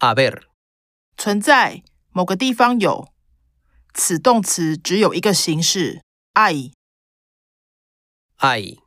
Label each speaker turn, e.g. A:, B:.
A: haber
B: 存在某个地方有。此动词只有一个形式 i。
A: hay